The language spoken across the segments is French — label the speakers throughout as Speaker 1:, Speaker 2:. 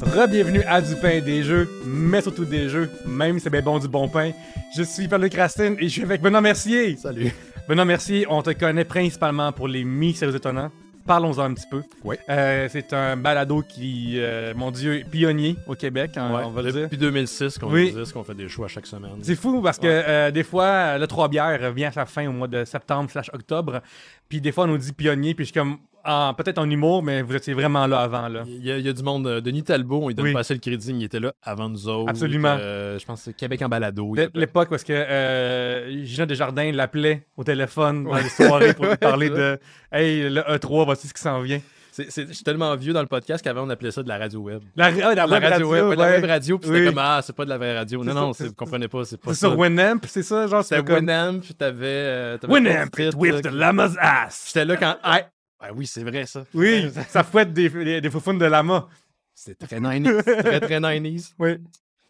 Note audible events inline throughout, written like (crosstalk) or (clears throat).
Speaker 1: Re-bienvenue à Du pain et des jeux, mais surtout des jeux, même si c'est bien bon du bon pain. Je suis Pierre-Luc Racine et je suis avec Benoît Mercier.
Speaker 2: Salut.
Speaker 1: Benoît Mercier, on te connaît principalement pour les mystérieux étonnants. Parlons-en un petit peu.
Speaker 2: Ouais.
Speaker 1: Euh, c'est un balado qui, euh, mon Dieu, est pionnier au Québec, hein,
Speaker 2: Ouais,
Speaker 1: on va le dire.
Speaker 2: depuis 2006 qu'on
Speaker 1: Oui.
Speaker 2: existe, qu'on fait des choix chaque semaine.
Speaker 1: C'est fou parce que euh, des fois, euh, le Trois bières vient à sa fin au mois de septembre slash octobre. Puis des fois, on nous dit pionnier, puis je suis comme, ah, peut-être en humour, mais vous étiez vraiment là avant. Là.
Speaker 2: Il y, a, il y a du monde. euh, Denis Talbot, on lui donne
Speaker 1: Oui.
Speaker 2: pas assez le crédit, mais il était là avant nous autres.
Speaker 1: Absolument.
Speaker 2: Euh, je pense que c'est Québec en balado. il
Speaker 1: L'é-
Speaker 2: s'appelle.
Speaker 1: L'époque où est-ce que euh, Gina Desjardins l'appelait au téléphone dans les soirées pour lui
Speaker 2: Ouais,
Speaker 1: parler
Speaker 2: (laughs) c'est
Speaker 1: de Hey, le E3, voici ce qui s'en vient.
Speaker 2: C'est- c'est- Je suis tellement vieux dans le podcast qu'avant, on appelait ça de la radio web.
Speaker 1: La, ah, la
Speaker 2: De la
Speaker 1: web radio,
Speaker 2: web, ouais, de la
Speaker 1: ouais.
Speaker 2: web radio, puis c'était
Speaker 1: Oui.
Speaker 2: comme Ah, c'est pas de la vraie radio. Non,
Speaker 1: C'est
Speaker 2: non,
Speaker 1: ça,
Speaker 2: c'est- vous comprenez pas. C'est pas
Speaker 1: C'est sur
Speaker 2: ça.
Speaker 1: Winamp, c'est ça, genre
Speaker 2: C'était
Speaker 1: c'est comme
Speaker 2: Winamp, puis t'avais. euh, t'avais
Speaker 1: Winamp,
Speaker 2: pas de
Speaker 1: it
Speaker 2: titre,
Speaker 1: whipped
Speaker 2: là.
Speaker 1: the llama's ass.
Speaker 2: J'étais là quand. Ah, ah oui, c'est vrai ça. (laughs)
Speaker 1: Oui, ça fouette des, des, des foufounes de lama.
Speaker 2: C'est très 90s.
Speaker 1: (laughs)
Speaker 2: très, très 90s.
Speaker 1: Oui.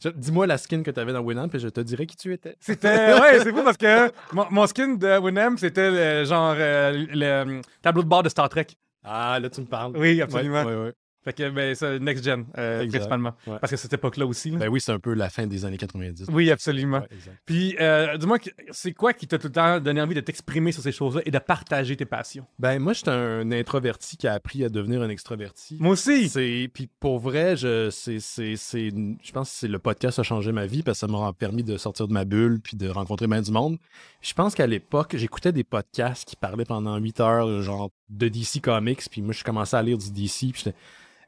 Speaker 2: Je- Dis-moi la skin que t'avais dans Winamp, et je te dirai qui tu étais.
Speaker 1: C'était ouais, c'est fou parce que hein, mon, mon skin de Winamp, c'était le, genre euh, le, le tableau de bord de Star Trek.
Speaker 2: Ah, là, tu me parles.
Speaker 1: Oui, absolument.
Speaker 2: Ouais, ouais, ouais.
Speaker 1: Fait que ben ça next gen euh,
Speaker 2: Exact.
Speaker 1: principalement
Speaker 2: Ouais.
Speaker 1: parce que cette époque là aussi. là.
Speaker 2: Ben oui, c'est un peu la fin des années 90.
Speaker 1: oui, absolument.
Speaker 2: Ouais, exact.
Speaker 1: Puis, euh, dis-moi, que- c'est quoi qui t'a tout le temps donné envie de t'exprimer sur ces choses-là et de partager tes passions?
Speaker 2: Ben moi, j'étais un introverti qui a appris à devenir un extroverti.
Speaker 1: Moi aussi!
Speaker 2: C'est puis pour vrai, je c'est c'est c'est je pense que c'est le podcast a changé ma vie parce que ça m'a permis de sortir de ma bulle puis de rencontrer bien du monde. Je pense qu'à l'époque, j'écoutais des podcasts qui parlaient pendant 8 heures genre de DC Comics puis moi je commençais à lire du DC puis j'étais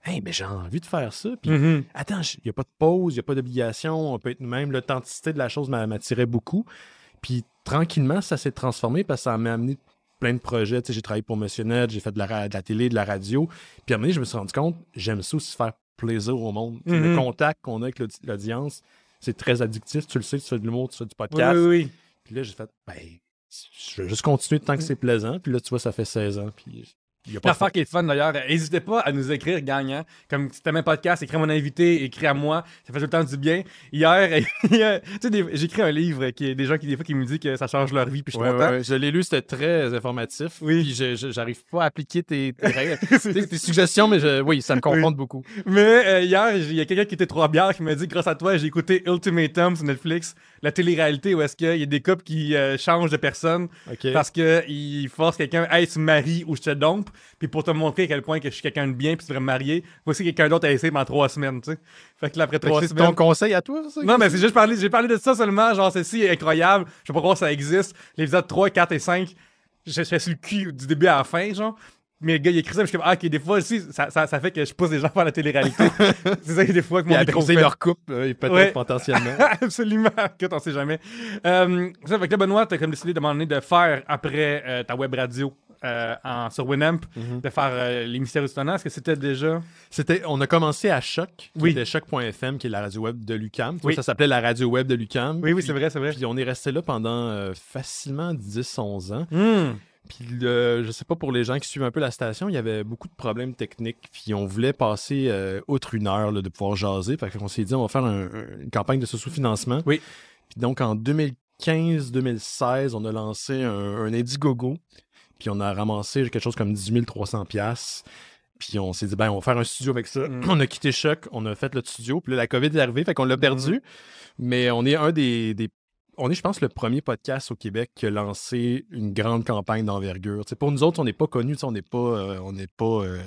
Speaker 2: Hey, ben j'ai envie de faire ça. Puis
Speaker 1: Mhm.
Speaker 2: attends, il n'y a pas de pause, il n'y a pas d'obligation, on peut être nous-mêmes. L'authenticité de la chose m'a- m'attirait beaucoup. Puis tranquillement, ça s'est transformé parce que ça m'a amené plein de projets. Tu sais, j'ai travaillé pour Monsieur Net, j'ai fait de la, ra- de la télé, de la radio. Puis à un moment donné, je me suis rendu compte, j'aime ça aussi faire plaisir au monde. Tu sais,
Speaker 1: Mhm.
Speaker 2: Le contact qu'on a avec l'audi- l'audience, c'est très addictif. Tu le sais, tu fais de l'humour, tu fais du
Speaker 1: Oui,
Speaker 2: podcast.
Speaker 1: oui, oui.
Speaker 2: Puis là, j'ai fait, ben, je vais juste continuer
Speaker 1: Mm.
Speaker 2: tant que c'est plaisant. Puis là, tu vois, ça fait 16 ans. Puis il y a pas de
Speaker 1: L'affaire qui est fun d'ailleurs, euh, n'hésitez pas à nous écrire gagnant. Comme si t'aimes un podcast, écris à mon invité, écris à moi. Ça fait tout le temps du bien. Hier, (laughs) il y a- tu sais, des- j'écris un livre qui est des gens qui, des fois, qui me disent que ça change leur vie, puis je suis
Speaker 2: Ouais,
Speaker 1: content.
Speaker 2: ouais, ouais. Je l'ai lu, c'était très informatif.
Speaker 1: Oui.
Speaker 2: Puis je- je- j'arrive pas à appliquer tes,
Speaker 1: (laughs)
Speaker 2: tes règles. tes, tes suggestions, mais je- oui, ça me confronte beaucoup.
Speaker 1: Mais euh, hier, il y a quelqu'un qui était trois bières qui m'a dit grâce à toi, j'ai écouté Ultimatum sur Netflix, la télé-réalité où est-ce qu'il y a des couples qui euh, changent de personne
Speaker 2: OK.
Speaker 1: Parce que il force quelqu'un, hey, tu me maries ou je te dompe. Puis pour te montrer à quel point que je suis quelqu'un de bien, puis tu devrais me marier, voici quelqu'un d'autre à essayer pendant trois semaines, tu sais. Fait que là, après trois
Speaker 2: c'est ton
Speaker 1: semaines.
Speaker 2: conseil à toi, ça?
Speaker 1: Non, mais c'est juste parlé, j'ai parlé de ça seulement, genre, ceci est incroyable, je sais pas pourquoi ça existe. L'épisode 3, 4 et 5, je je fais sur le cul du début à la fin, genre. Mais le gars, il écrit ça, puis je suis comme, ah, ok, des fois aussi, ça, ça, ça fait que je pousse les gens vers la
Speaker 2: (laughs)
Speaker 1: télé-réalité. c'est ça que des fois que
Speaker 2: Puis
Speaker 1: mon
Speaker 2: à
Speaker 1: micro
Speaker 2: briser
Speaker 1: fait.
Speaker 2: leur couple, euh, et peut-être
Speaker 1: Ouais. (laughs)
Speaker 2: potentiellement.
Speaker 1: Absolument, que t'en sais jamais. Euh, ça fait que là, Benoît, t'as comme décidé de m'emmener de faire après euh, ta web radio euh, en- sur Winamp,
Speaker 2: Mhm.
Speaker 1: de faire euh, les mystères du tonnerre. Est-ce que c'était déjà
Speaker 2: C'était, on a commencé à Choc, qui
Speaker 1: Oui.
Speaker 2: était Choc.fm, qui est la radio web de l'UCAM.
Speaker 1: Oui.
Speaker 2: Ça s'appelait la radio web de l'UCAM.
Speaker 1: Oui, oui, c'est vrai, c'est vrai.
Speaker 2: Puis on est resté là pendant euh, facilement 10-11 ans.
Speaker 1: Hmm.
Speaker 2: Puis le- je sais pas, pour les gens qui suivent un peu la station, il y avait beaucoup de problèmes techniques. Puis on voulait passer euh, outre une heure là, de pouvoir jaser. Fait qu'on s'est dit, on va faire un- un- une campagne de sous-financement.
Speaker 1: Oui.
Speaker 2: Puis donc en 2015-2016, on a lancé un, un Indiegogo. Puis on a ramassé quelque chose comme 18 300 piastres. Puis on s'est dit, ben, on va faire un studio avec ça.
Speaker 1: Mm.
Speaker 2: (clears throat) On a quitté Choc, on a fait le studio. Puis là, la COVID est arrivée, fait qu'on l'a perdu.
Speaker 1: Mm.
Speaker 2: Mais on est un des, des- On est, je pense, le premier podcast au Québec qui a lancé une grande campagne d'envergure. Tu sais, pour nous autres, on n'est pas connus. tu sais, On n'est pas, euh, on n'est pas, euh,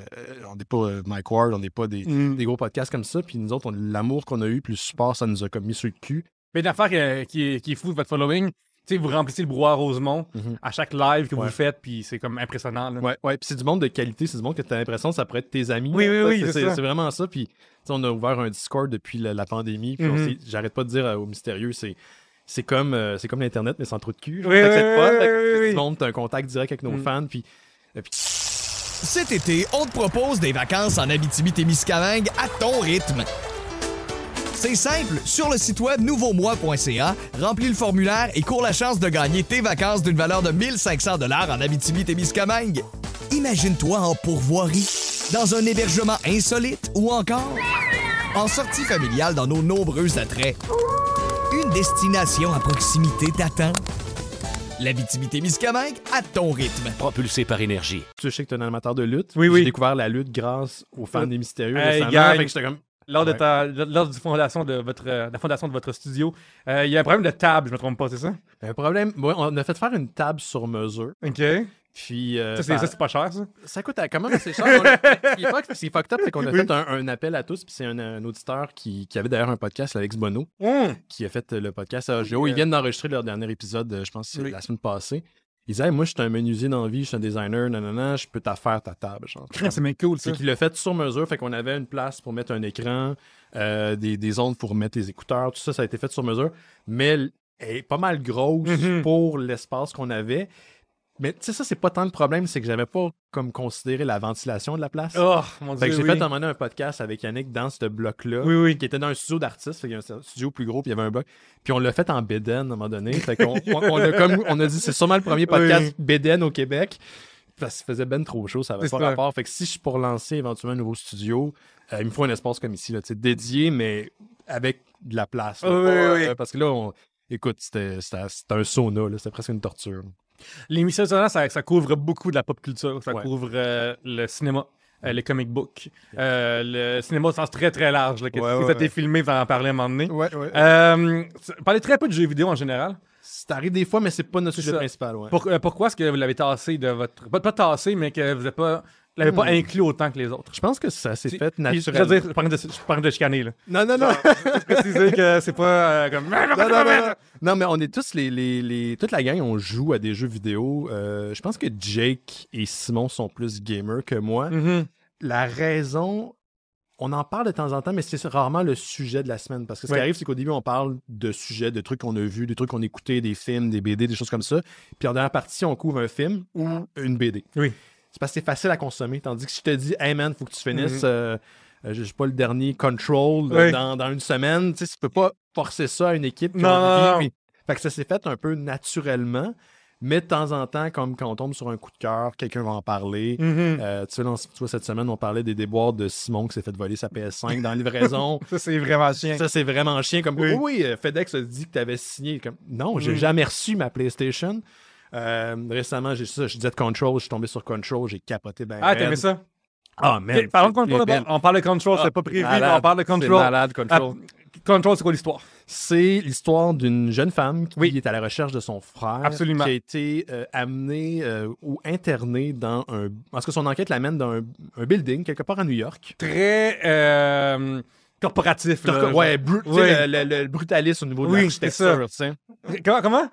Speaker 2: on n'est pas euh, Mike Ward, on n'est pas des,
Speaker 1: Hmm.
Speaker 2: des gros podcasts comme ça. Puis nous autres, on- l'amour qu'on a eu, plus le support, ça nous a comme mis sur le cul.
Speaker 1: Mais une affaire euh, qui, est, qui est fou de votre following, sais, vous remplissez le brouhaha Rosemont
Speaker 2: Mhm.
Speaker 1: à chaque live que
Speaker 2: Ouais.
Speaker 1: vous faites, puis c'est comme impressionnant. Là.
Speaker 2: Ouais, ouais. Puis c'est du monde de qualité, c'est du monde que t'as l'impression que ça pourrait être tes amis.
Speaker 1: Oui, oui,
Speaker 2: là.
Speaker 1: oui,
Speaker 2: C'est-
Speaker 1: c'est
Speaker 2: C'est
Speaker 1: ça.
Speaker 2: c'est vraiment ça. Puis tu sais, on a ouvert un Discord depuis la, la pandémie. Puis on
Speaker 1: Mhm.
Speaker 2: s'est- j'arrête pas de dire euh, au mystérieux, c'est c'est comme euh, c'est comme l'internet mais sans trou de cul. genre.
Speaker 1: Oui,
Speaker 2: Fait que c'est
Speaker 1: oui,
Speaker 2: le fun,
Speaker 1: oui,
Speaker 2: fait que
Speaker 1: oui,
Speaker 2: c'est
Speaker 1: oui. Mm.
Speaker 2: du monde, t'as un contact direct avec nos fans. Puis euh, puis
Speaker 3: Cet été, on te propose des vacances en Abitibi-Témiscamingue à ton rythme. C'est simple, sur le site web nouveaumois.ca, remplis le formulaire et cours la chance de gagner tes vacances d'une valeur de 1500 dollars en Abitibi-Témiscamingue. Imagine-toi en pourvoirie, dans un hébergement insolite ou encore en sortie familiale dans nos nombreux attraits. Une destination à proximité t'attend. L'Abitibi-Témiscamingue à ton rythme.
Speaker 4: propulsé par énergie.
Speaker 2: tu sais que t'es un amateur de lutte.
Speaker 1: Oui,
Speaker 2: J'ai
Speaker 1: oui.
Speaker 2: découvert la lutte grâce aux fans
Speaker 1: Ouais.
Speaker 2: des mystérieux
Speaker 1: Hey,
Speaker 2: récemment.
Speaker 1: gang.
Speaker 2: Fait que j'étais comme
Speaker 1: Lors, de
Speaker 2: Ouais.
Speaker 1: ta, lors du fondation de votre, euh, la fondation de votre studio, euh, il y a un problème de table, je me trompe pas, c'est ça?
Speaker 2: ben, un problème. Ouais, on a fait faire une table sur mesure.
Speaker 1: OK.
Speaker 2: Puis euh,
Speaker 1: Ça, c'est
Speaker 2: par-
Speaker 1: ça, c'est pas cher, ça?
Speaker 2: Ça coûte à- quand même assez cher. On a-
Speaker 1: (laughs)
Speaker 2: Ce qui est fuck- ce qui est fucked up, c'est qu'on a fait un, un appel à tous, puis c'est un, un auditeur qui, qui avait d'ailleurs un podcast, l'Alex Bono,
Speaker 1: Hum!
Speaker 2: qui a fait euh, le podcast à AGO. Ils
Speaker 1: euh,
Speaker 2: viennent d'enregistrer leur dernier épisode, euh, je pense, c'est
Speaker 1: Oui.
Speaker 2: la semaine passée. Ils disaient, Hey, moi, je suis un menuisier dans la vie, je suis un designer, nanana, je peux t'affaire ta table. genre.
Speaker 1: Ah, C'est bien cool, ça.
Speaker 2: C'est qu'il l'a fait sur mesure, fait qu'on avait une place pour mettre un écran, euh, des, des ondes pour mettre les écouteurs, tout ça, ça a été fait sur mesure, mais elle est pas mal grosse
Speaker 1: Mhm.
Speaker 2: pour l'espace qu'on avait. Mais tu sais, ça, c'est pas tant le problème, c'est que j'avais pas comme considéré la ventilation de la place.
Speaker 1: Oh, mon
Speaker 2: Fait
Speaker 1: dieu.
Speaker 2: que j'ai
Speaker 1: oui.
Speaker 2: fait un moment donné un podcast avec Yannick dans ce bloc-là,
Speaker 1: Oui, oui.
Speaker 2: qui était dans un studio d'artistes. fait qu'il y avait un studio plus gros, puis il y avait un bloc. Puis on l'a fait en Béden à un moment donné. Fait
Speaker 1: (laughs)
Speaker 2: qu'on on, on a comme on a dit, c'est sûrement le premier podcast Béden au Québec. Parce que ça faisait ben trop chaud, ça avait
Speaker 1: C'est
Speaker 2: pas
Speaker 1: ça.
Speaker 2: rapport. Fait que si je suis pour lancer éventuellement un nouveau studio, euh, il me faut un espace comme ici, là, tu sais, dédié, mais avec de la place. là.
Speaker 1: Oui, oui,
Speaker 2: Pas,
Speaker 1: oui.
Speaker 2: euh, parce que là, on- écoute, c'était c'était- c'était un sauna, là, c'était presque une torture.
Speaker 1: Les missions sonores, ça, ça couvre beaucoup de la pop culture. Ça
Speaker 2: Ouais.
Speaker 1: couvre euh, le cinéma, euh, les comic books, euh, le cinéma au sens très très large. Là, que
Speaker 2: Ouais,
Speaker 1: si
Speaker 2: ouais,
Speaker 1: ça a été
Speaker 2: ouais.
Speaker 1: filmé, vous en parler à un moment donné.
Speaker 2: Ouais, ouais.
Speaker 1: Euh, ça- parlez très peu de jeux vidéo en général.
Speaker 2: ça arrive des fois, mais c'est pas notre
Speaker 1: C'est
Speaker 2: sujet
Speaker 1: ça.
Speaker 2: principal. Ouais.
Speaker 1: Pour- euh, pourquoi est-ce que vous l'avez tassé de votre. Pas, pas tassé, mais que vous l'avez pas, l'avez pas inclus autant que les autres?
Speaker 2: Je pense que ça s'est
Speaker 1: C'est-
Speaker 2: Hmm. fait
Speaker 1: Puis, Je
Speaker 2: naturellement.
Speaker 1: veux dire, je parle de, je parle de chicaner, là.
Speaker 2: (laughs) Non, non, non.
Speaker 1: Juste préciser que c'est pas euh, comme.
Speaker 2: (laughs) non, non, non, non. Non, mais on est tous les, les- les- Toute la gang, on joue à des jeux vidéo. Euh, je pense que Jake et Simon sont plus gamers que moi.
Speaker 1: Mhm.
Speaker 2: La raison. On en parle de temps en temps, mais c'est rarement le sujet de la semaine. Parce que ce qui
Speaker 1: Ouais.
Speaker 2: arrive, c'est qu'au début, on parle de sujets, de trucs qu'on a vus, des trucs qu'on écoutait, des films, des BD, des choses comme ça. Puis en dernière partie, on couvre un film ou une BD.
Speaker 1: Oui.
Speaker 2: C'est parce que c'est facile à consommer. Tandis que si je te dis, hey man, faut que tu
Speaker 1: Mhm.
Speaker 2: finisses. euh, euh, je je sais pas, le dernier Control euh,
Speaker 1: Oui.
Speaker 2: dans, dans une semaine. Tu sais, tu peux pas forcer ça à une équipe. qui
Speaker 1: Non,
Speaker 2: a envie,
Speaker 1: non, non.
Speaker 2: puis- Fait que ça s'est fait un peu naturellement, mais de temps en temps, comme quand on tombe sur un coup de cœur, quelqu'un va en parler.
Speaker 1: Mhm.
Speaker 2: Euh, tu, vois, dans- tu vois, cette semaine, on parlait des déboires de Simon qui s'est fait voler sa PS5 dans la
Speaker 1: (laughs)
Speaker 2: livraison.
Speaker 1: Ça, c'est vraiment chien.
Speaker 2: Ça, c'est vraiment chien. Comme, oui,
Speaker 1: Oui.
Speaker 2: oui, euh, FedEx a dit que tu avais signé. Comme, non, j'ai
Speaker 1: Mm.
Speaker 2: jamais reçu ma PlayStation. Euh, récemment, j'ai ça, je disais de Control, je suis tombé sur Control, j'ai capoté ben
Speaker 1: Ah, t'aimais
Speaker 2: raide.
Speaker 1: ça?
Speaker 2: Ah,
Speaker 1: Ok,
Speaker 2: man.
Speaker 1: Parlons de contrôle
Speaker 2: c'est
Speaker 1: d'abord.
Speaker 2: belle.
Speaker 1: On parle de contrôle,
Speaker 2: Ah,
Speaker 1: c'est pas prévu,
Speaker 2: malade.
Speaker 1: mais on parle de
Speaker 2: C'est
Speaker 1: control.
Speaker 2: malade, Control.
Speaker 1: Ah, control, c'est quoi l'histoire?
Speaker 2: C'est l'histoire d'une jeune femme qui
Speaker 1: Oui.
Speaker 2: est à la recherche de son frère.
Speaker 1: Absolument.
Speaker 2: Qui a été euh, amenée euh, ou internée dans un. Parce que son enquête l'amène dans un, un building quelque part à New York.
Speaker 1: Très euh, corporatif. là, genre.
Speaker 2: ouais, bru- tu sais,
Speaker 1: Ouais.
Speaker 2: le, le- le brutaliste au niveau de
Speaker 1: Oui,
Speaker 2: l'architecture, tu sais.
Speaker 1: Comment? comment?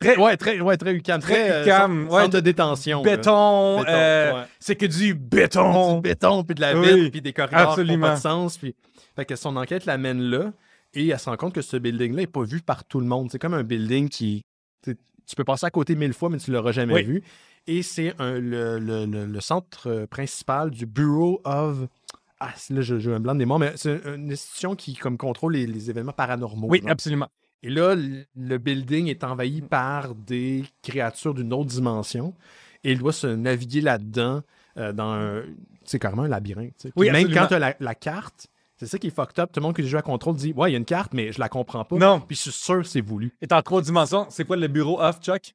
Speaker 2: Très, ouais, très, ouais, très UCAM. Très,
Speaker 1: Très
Speaker 2: euh,
Speaker 1: UQAM,
Speaker 2: centre-
Speaker 1: ouais.
Speaker 2: centre de détention. là.
Speaker 1: Béton.
Speaker 2: Béton,
Speaker 1: euh,
Speaker 2: ouais.
Speaker 1: C'est que du béton.
Speaker 2: Du béton, puis de la
Speaker 1: Oui,
Speaker 2: ville, puis des corridors qui n'ont
Speaker 1: absolument.
Speaker 2: pas de sens. Puis... Fait que son enquête l'amène là, et elle se rend compte que ce building-là n'est pas vu par tout le monde. C'est comme un building qui... tu sais, Tu peux passer à côté mille fois, mais tu ne l'auras jamais
Speaker 1: Oui.
Speaker 2: vu. Et c'est un- le, le- le- le centre euh, principal du Bureau of... Ah, c'est- là, je, je me blanc de mémoire, mais c'est une institution qui comme, contrôle les, les événements paranormaux.
Speaker 1: Oui,
Speaker 2: genre.
Speaker 1: absolument.
Speaker 2: Et là, l- le building est envahi
Speaker 1: Mm.
Speaker 2: par des créatures d'une autre dimension. Et il doit se naviguer là-dedans euh, dans un. C'est carrément un labyrinthe. tu sais.
Speaker 1: Oui,
Speaker 2: Puis même
Speaker 1: absolument.
Speaker 2: quand tu as la, la carte, c'est ça qui est fucked up. Tout le monde qui joue à contrôle dit Ouais, il y a une carte, mais je la comprends pas.
Speaker 1: Non.
Speaker 2: Puis je suis sûr que c'est voulu.
Speaker 1: Et en trois dimensions, c'est quoi le bureau off, Chuck?